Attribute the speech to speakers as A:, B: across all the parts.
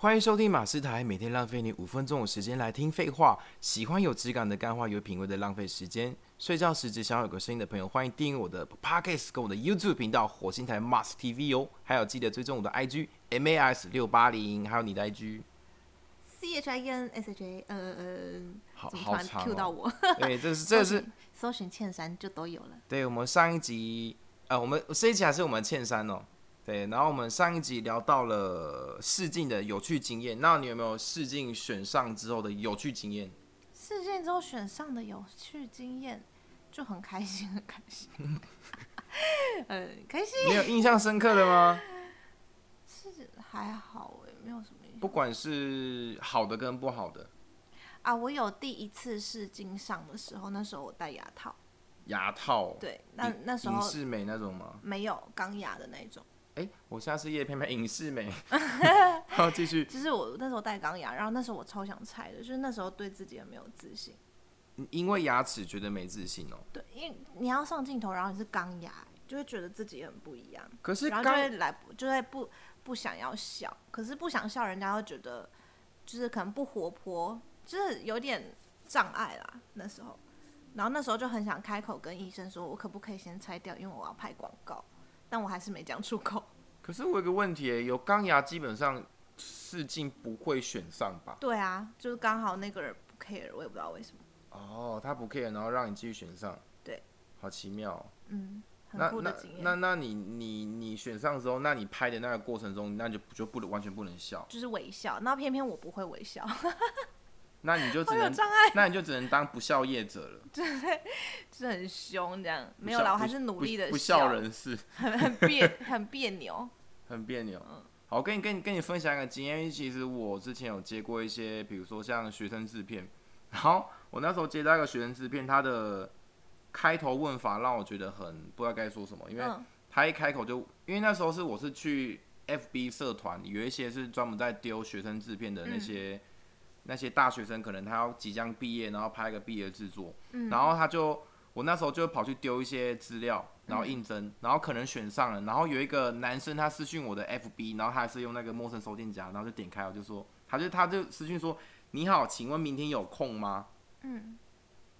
A: 欢迎收听马斯台，每天浪费你五分钟的时间来听废话。喜欢有质感的干话，有品味的浪费时间。睡觉时只想要有个声音的朋友，欢迎订阅我的 Podcast 跟我的 YouTube 频道火星台 Mars TV 哦。还有记得追踪我的 IG MAS 六八零，还有你的 IG。
B: C H I N S H A，嗯嗯
A: 好
B: 嗯，怎么
A: 好
B: 突然
A: 长
B: Q 到
A: 哦。
B: 我？
A: 对， 这是这是
B: 搜寻倩山就都有了。
A: 对我们上一集，呃，我们这一集还是我们欠三哦。对，然后我们上一集聊到了试镜的有趣经验，那你有没有试镜选上之后的有趣经验？
B: 事件之后选上的有趣经验，就很开心，很开 心。嗯，开心
A: 你有印象深刻的吗？
B: 是还好哎、没有什么印象
A: 不管是好的跟不好的，
B: 啊。我有第一次试镜上的时候，那时候我戴牙套，
A: 牙套，
B: 对，那
A: 影
B: 那时候
A: 影视美那种吗？
B: 没有钢牙的那种，
A: 哎、我下次叶片 片影视 美，好继续。
B: 就是我那时候戴钢牙，然后那时候我超想拆的，就是那时候对自己也没有自信。
A: 你因为牙齿觉得没自信哦、
B: 对，因为你要上镜头，然后你是钢牙，就会觉得自己很不一样，
A: 可是
B: 然后就会
A: 刚
B: 来不就会不不想要笑，可是不想笑，人家会觉得就是可能不活泼，就是有点障碍啦。那时候，然后那时候就很想开口跟医生说，我可不可以先拆掉，因为我要拍广告，但我还是没讲出口。
A: 可是我有个问题、欸，有钢牙基本上试镜不会选上吧？
B: 对啊，就是刚好那个人不 care，我也不知道为什么，
A: 哦，他不 care，然后让你继续选上，
B: 对，
A: 好奇妙哦、
B: 嗯，
A: 那
B: 很酷
A: 那
B: 的经
A: 那
B: 验，
A: 那你你你选上之后，那你拍的那个过程中，那你就就不能完全不能笑，
B: 就是微笑，那偏偏我不会微笑，
A: 那你就只
B: 我有
A: 能
B: 障碍。
A: 那你就只能当不孝业者了。
B: 就是很凶这样，没有
A: 不
B: 啦，
A: 孝
B: 我还是努力的
A: 不不孝，人士，
B: 很很别 很别扭。
A: 很别扭。好，我跟你跟你跟你分享一个经验，因为其实我之前有接过一些，比如说像学生制片，然后我那时候接到一个学生制片，他的开头问法让我觉得很不知道该说什么，因为
B: 嗯
A: 他一开口就，因为那时候是我是去 FB 社团，有一些是专门在丢学生制片的那些、那些大学生，可能他要即将毕业，然后拍个毕业制作，
B: 嗯
A: 然后他就我那时候就跑去丢一些资料，然后应征，然后可能选上了，然后有一个男生他私讯我的 FB，然后他还是用那个陌生收件夹，然后就点开我就说，他就他就私讯说你好，请问明天有空吗？
B: 嗯，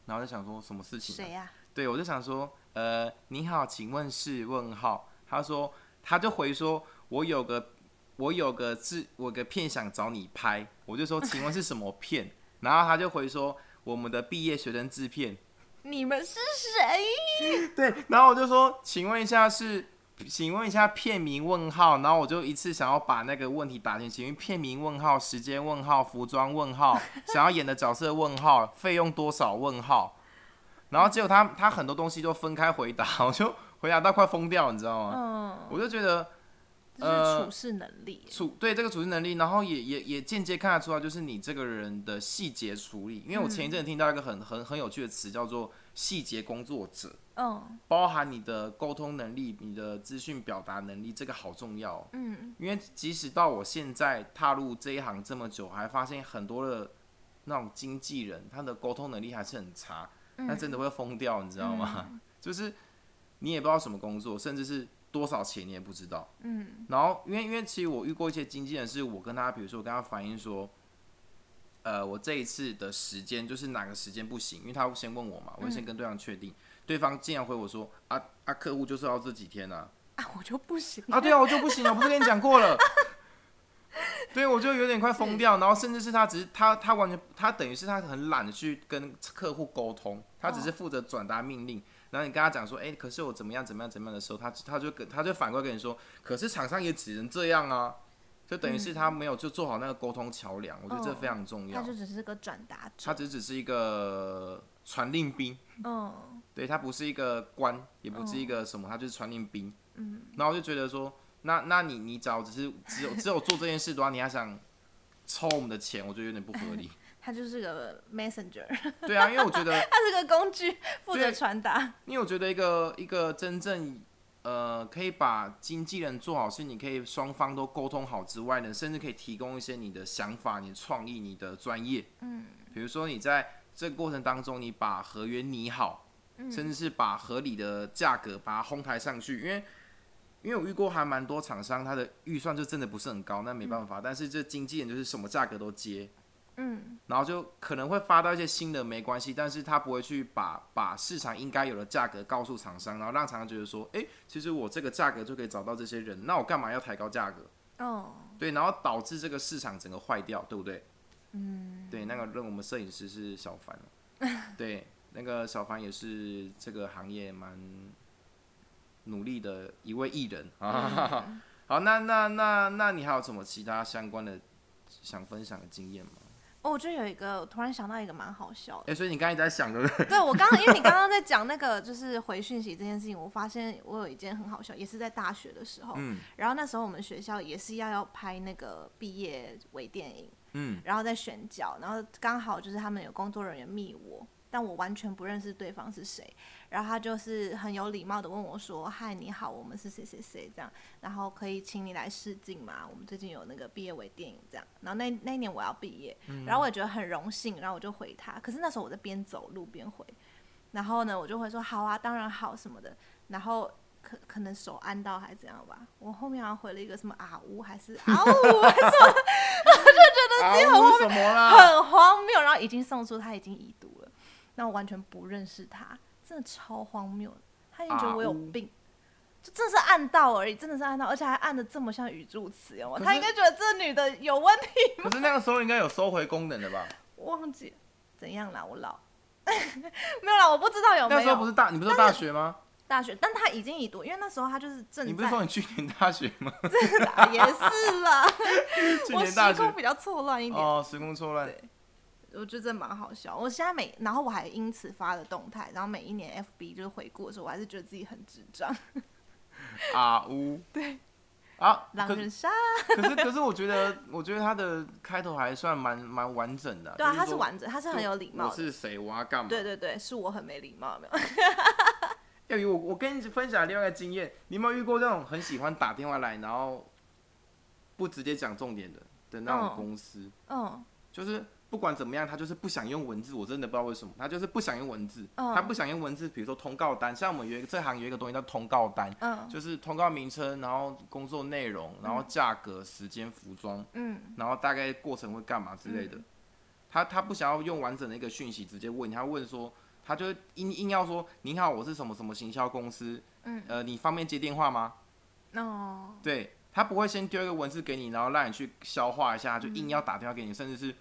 A: 然后我就想说什么事情、啊？
B: 谁呀、
A: 对，我就想说，呃，你好，请问是问号？他说，他就回说，我有个，我有个字，我有个片想找你拍。我就说，请问是什么片？ 然后他就回说，我们的毕业学生制片。
B: 你们是谁？
A: 对，然后我就说，请问一下是，请问一下片名问号，然后我就一次想要把那个问题打进去，因为片名问号、时间问号、服装问号、想要演的角色问号、费用多少问号，然后结果他他很多东西都分开回答，我就回答到快疯掉，你知道吗？
B: 嗯，
A: 啊我就呃觉得
B: 这是处事能力耶。
A: 处对这个处事能力，然后也也也间接看得出来，就是你这个人的细节处理。因为我前一阵听到一个很很很有趣的词，叫做细节工作者。
B: 嗯
A: 包含你的沟通能力、你的资讯表达能力，这个好重要哦、
B: 嗯，
A: 因为即使到我现在踏入这一行这么久，还发现很多的那种经纪人，他的沟通能力还是很差，那真的会疯掉，你知道吗？ 就是你也不知道什么工作，甚至是多少钱你也不知道。嗯，然后因为因为其实我遇过一些经纪人，是我跟他，比如说我跟他反映说。呃，我这一次的时间就是哪个时间不行，因为他会先问我嘛，我会先跟对方确定，对方竟然回我说啊啊，客户就是要这几天啊，
B: 啊，我就不行。
A: 啊，对啊，我就不行了，我不是跟你讲过了？对，我就有点快疯掉，然后甚至是他只是他他完全他等于是他很懒得去跟客户沟通，他
B: 哦
A: 只是负责转达命令。然后你跟他讲说，哎、可是我怎么样怎么样怎么样的时候，他他就跟他就反过来跟你说，可是厂商也只能这样啊，就等于是他没有就做好那个沟通桥梁，我觉得这
B: 嗯哦
A: 非常重要。
B: 他就只是个转达
A: 他
B: 者。
A: 只只是一个传令兵，
B: 嗯
A: 对他不是一个官，也不是一个什么，他就是传令兵。嗯，然后我就觉得说，那那你你只要只是只有只有做这件事的话，你还想抽我们的钱，我觉得有点不合理。
B: 他就是个 messenger，
A: 对啊，因为我觉得，
B: 他是个工具，负责
A: 对
B: 传达。
A: 因为我觉得一个一个真正呃可以把经纪人做好，是你可以双方都沟通好之外呢，甚至可以提供一些你的想法、你的创意、你的专业。嗯，比如说你在这个过程当中，你把合约拟好，甚至是把合理的价格把它哄抬上去，因为因为我遇过还蛮多厂商，他的预算就真的不是很高，那没办法。但是这经纪人就是什么价格都接，
B: 嗯，
A: 然后就可能会发到一些新的没关系，但是他不会去把把市场应该有的价格告诉厂商，然后让厂商觉得说，诶，其实我这个价格就可以找到这些人，那我干嘛要抬高价格？
B: 哦，
A: 对，然后导致这个市场整个坏掉，对不对？嗯，对，那个让我们摄影师是小凡，对，那个小凡也是这个行业蛮努力的一位艺人啊。好，那那那那你还有什么其他相关的想分享的经验吗？
B: 哦，我就有一个，我突然想到一个蛮好笑的
A: 哎、。所以你刚才在想，对不对？
B: 对我刚刚，因为你刚刚在讲那个就是回讯息这件事情，我发现我有一件很好笑，也是在大学的时候，
A: 嗯
B: 然后那时候我们学校也是要要拍那个毕业微电影，
A: 嗯，
B: 然后在选角，然后刚好就是他们有工作人员密我，但我完全不认识对方是谁，然后他就是很有礼貌的问我说：“嗨，你好，我们是谁谁谁这样，然后可以请你来试镜吗？我们最近有那个毕业微电影这样，然后那那一年我要毕业，然后我也觉得很荣幸，然后我就回他，可是那时候我在边走路边回，然后呢我就会说好啊，当然好什么的，然后。可可能手按到还是怎样吧，我后面好像回了一个什么啊呜还是啊呜 还是
A: 啊，为什么啊啦？
B: 很荒谬，然后已经送出，他已经已读了，那我完全不认识他，真的超荒谬的，他已经觉得我有
A: 啊呜
B: 病，就真的是按到而已，真的是按到，而且还按的这么像语助词，有吗？
A: 可是
B: 他应该觉得这女的有问题，
A: 可是那个时候应该有收回功能的吧？
B: 忘记怎样啦，我 老没有啦，我不知道有
A: 那
B: 没
A: 时候不是
B: 有
A: 大，你不是大学吗？
B: 大学，但他已经已读，因为那时候他就是正
A: 你不是
B: 在
A: 说你去年大学 吗？
B: 啊也是啦，
A: 去
B: 我
A: 年
B: 时
A: 大
B: 空
A: 学
B: 比较错乱一点，
A: 哦，时空错乱
B: 对，我觉得这蛮好笑。我现在每，然后我还因此发了动态，然后每一年 FB 就是回顾的时候，我还是觉得自己很智障，
A: 哦啊呜，对，啊，
B: 狼
A: 可
B: 人杀。
A: 可是可是我觉得，我觉得他的开头还算蛮蛮完整的啊、
B: 对啊，
A: 就
B: 他是
A: 说
B: 完整，他是很有礼貌
A: 我
B: 的。
A: 是谁，我要干嘛？
B: 对对对，是我很没礼貌，有没有？
A: 要有我我跟你分享另外一个经验，你有没有遇过那种很喜欢打电话来，然后不直接讲重点的的那
B: 嗯
A: 种公司？
B: 嗯
A: 就是不管怎么样，他就是不想用文字，我真的不知道为什么，他就是不想用文字，
B: 嗯
A: 他不想用文字，比如说通告单，像我们有一个这行有一个东西叫通告单，
B: 嗯
A: 就是通告名称，然后工作内容，然后价格、时间、服装。
B: 嗯
A: 然后大概过程会干嘛之类的。他他不想要用完整的一个讯息直接问你，他问说，他就硬硬要说：“您好，我是什么什么行销公司，
B: 嗯，
A: 呃，你方便接电话吗呃
B: 哦？”
A: 对他不会先丢一个文字给你，然后让你去消化一下，就硬要打电话给你，甚至是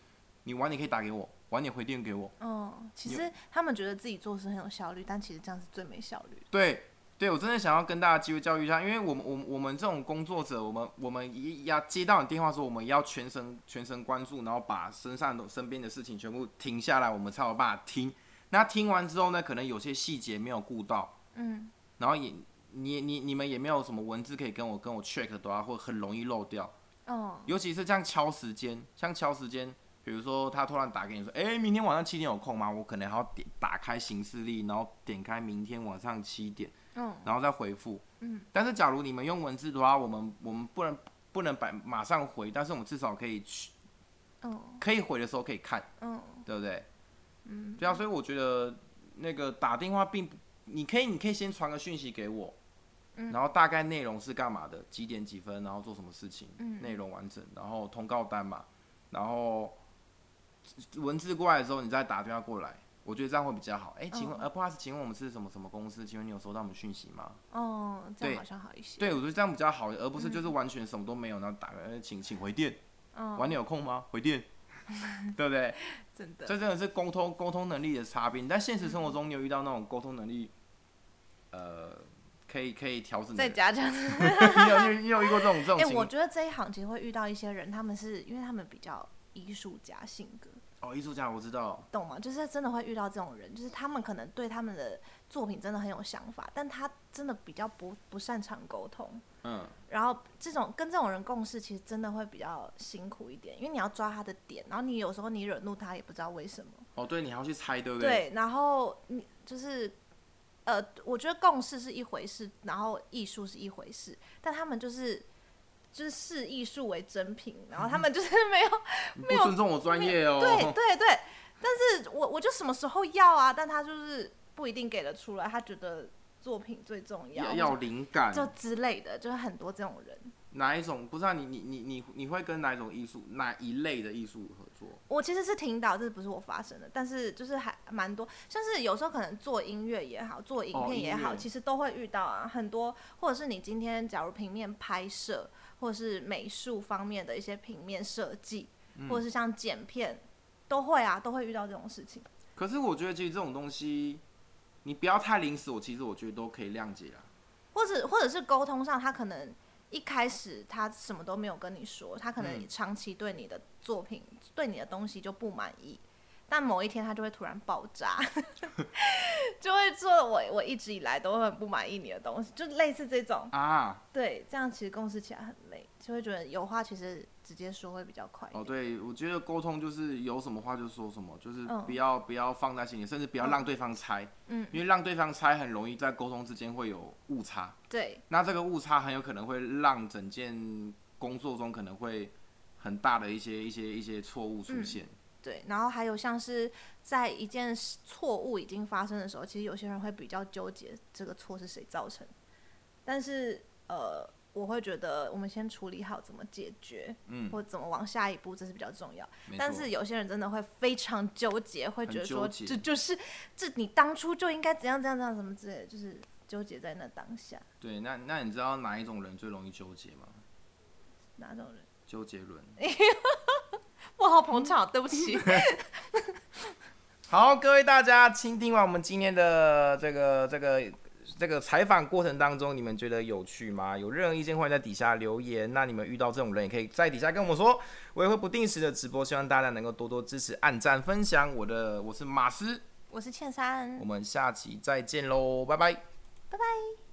A: 你晚点可以打给我，晚点回电给我。
B: 哦，其
A: 有
B: 实他们觉得自己做事很有效率，但其实这样是最没效率的。
A: 对对，我真的想要跟大家机会教育一下，因为我们我们我们这种工作者，我们我们一要接到你电话的时候，我们要全神全神贯注，然后把身上的身边的事情全部停下来，我们才有办法听。那听完之后呢，可能有些细节没有顾到，
B: 嗯
A: 然后也你你你们也没有什么文字可以跟我跟我 check 的话，会很容易漏掉。
B: 哦
A: 尤其是这样敲时间，像敲时间，比如说他突然打给你说，哎、明天晚上七点有空吗？我可能还要点打开行事历，然后点开明天晚上七点。
B: 嗯
A: 然后再回复。
B: 嗯，
A: 但是假如你们用文字的话，我们我们不能不能把马上回，但是我们至少可以去
B: 嗯
A: 可以回的时候可以看，
B: 嗯
A: 对不对？
B: 嗯，
A: 对啊，所以我觉得那个打电话并不，你可以你可以先传个讯息给我，
B: 嗯
A: 然后大概内容是干嘛的，几点几分，然后做什么事情，
B: 嗯
A: 内容完整，然后通告单嘛，然后文字过来的时候你再打电话过来。我觉得这样会比较好。哎、请问，
B: 哦
A: 呃，不好意思，请问我们是什么什么公司？请问你有收到我们讯息吗？
B: 哦，这
A: 对
B: 样好像好一些。
A: 对，我觉得这样比较好，而不是就是完全什么都没有，然后打个呃请请回电，晚
B: 嗯，
A: 点有空吗？回电， 对不对？
B: 真的。
A: 这真的是沟通沟通能力的差别。你在现实生活中，你有遇到那种沟通能力，呃，可以可以调整的
B: 再
A: 人？
B: 加 上
A: 你有你有你有遇过这种这种
B: 哎、
A: 情
B: 我
A: 况？
B: 觉得这一行其实会遇到一些人，他们是因为他们比较艺术家性格，
A: 哦，艺术家我知道，
B: 懂吗？就是真的会遇到这种人，就是他们可能对他们的作品真的很有想法，但他真的比较不不擅长沟通。
A: 嗯，
B: 然后这种跟这种人共事，其实真的会比较辛苦一点，因为你要抓他的点，然后你有时候你惹怒他也不知道为什么。
A: 哦，对，你还要去猜，对不？
B: 对，然后你就是，呃，我觉得共事是一回事，然后艺术是一回事，但他们就是就是视艺术为珍品，然后他们就是没有，
A: 你
B: 没
A: 不
B: 有
A: 尊重我专业哦。
B: 对对对，但是我我就什么时候要啊，但他就是不一定给得出来，他觉得作品最重
A: 要
B: 要，
A: 要灵感，
B: 就之类的，就是很多这种人。
A: 哪一种不知道你你你你你会跟哪一种艺术哪一类的艺术合作？
B: 我其实是听到，这不是我发生的，但是就是还蛮多，像是有时候可能做音乐也好，做影片也
A: 哦音
B: 好，
A: 乐
B: 其实都会遇到啊，很多，或者是你今天假如平面拍摄，或者是美术方面的一些平面设计，
A: 嗯
B: 或者是像剪片，都会啊，都会遇到这种事情。
A: 可是我觉得其实这种东西，你不要太临时，我其实我觉得都可以谅解啊啦。
B: 或者或者是沟通上，他可能一开始他什么都没有跟你说，他可
A: 嗯
B: 能长期对你的作品、对你的东西就不满意，但某一天他就会突然爆炸， 就会做我我一直以来都很不满意你的东西，就类似这种。
A: 啊，
B: 对，这样其实共事起来很累，就会觉得有话其实直接说会比较快一点。
A: 哦，对，我觉得沟通就是有什么话就说什么，就是
B: 嗯
A: 不要、不要放在心里，甚至不要让对方猜，
B: 嗯，
A: 因为让对方猜很容易在沟通之间会有误差，
B: 对
A: 那这个误差很有可能会让整件工作中可能会很大的一些一些一些错误
B: 嗯
A: 出现。
B: 对，然后还有像是在一件事错误已经发生的时候，其实有些人会比较纠结这个错是谁造成，但是呃，我会觉得我们先处理好怎么解决，
A: 嗯
B: 或怎么往下一步，这是比较重要。
A: 没
B: 但
A: 错
B: 是有些人真的会非常纠结，会
A: 很
B: 觉得
A: 纠
B: 说
A: 结
B: 这就是这你当初就应该怎样怎样怎样什么之类的，就是纠结在那当下
A: 对，那那你知道哪一种人最容易纠结吗？
B: 哪种人。
A: 纠结轮。
B: 我好捧场，对不起。
A: 好，各位大家，倾听完我们今天的这个这个这个采访过程当中，你们觉得有趣吗？有任何意见，欢迎在底下留言。那你们遇到这种人，也可以在底下跟我们说。我也会不定时的直播，希望大家能够多多支持、按赞、分享。我的我是马斯，
B: 我是倩珊
A: 我，们下期再见喽，拜拜。
B: 拜拜。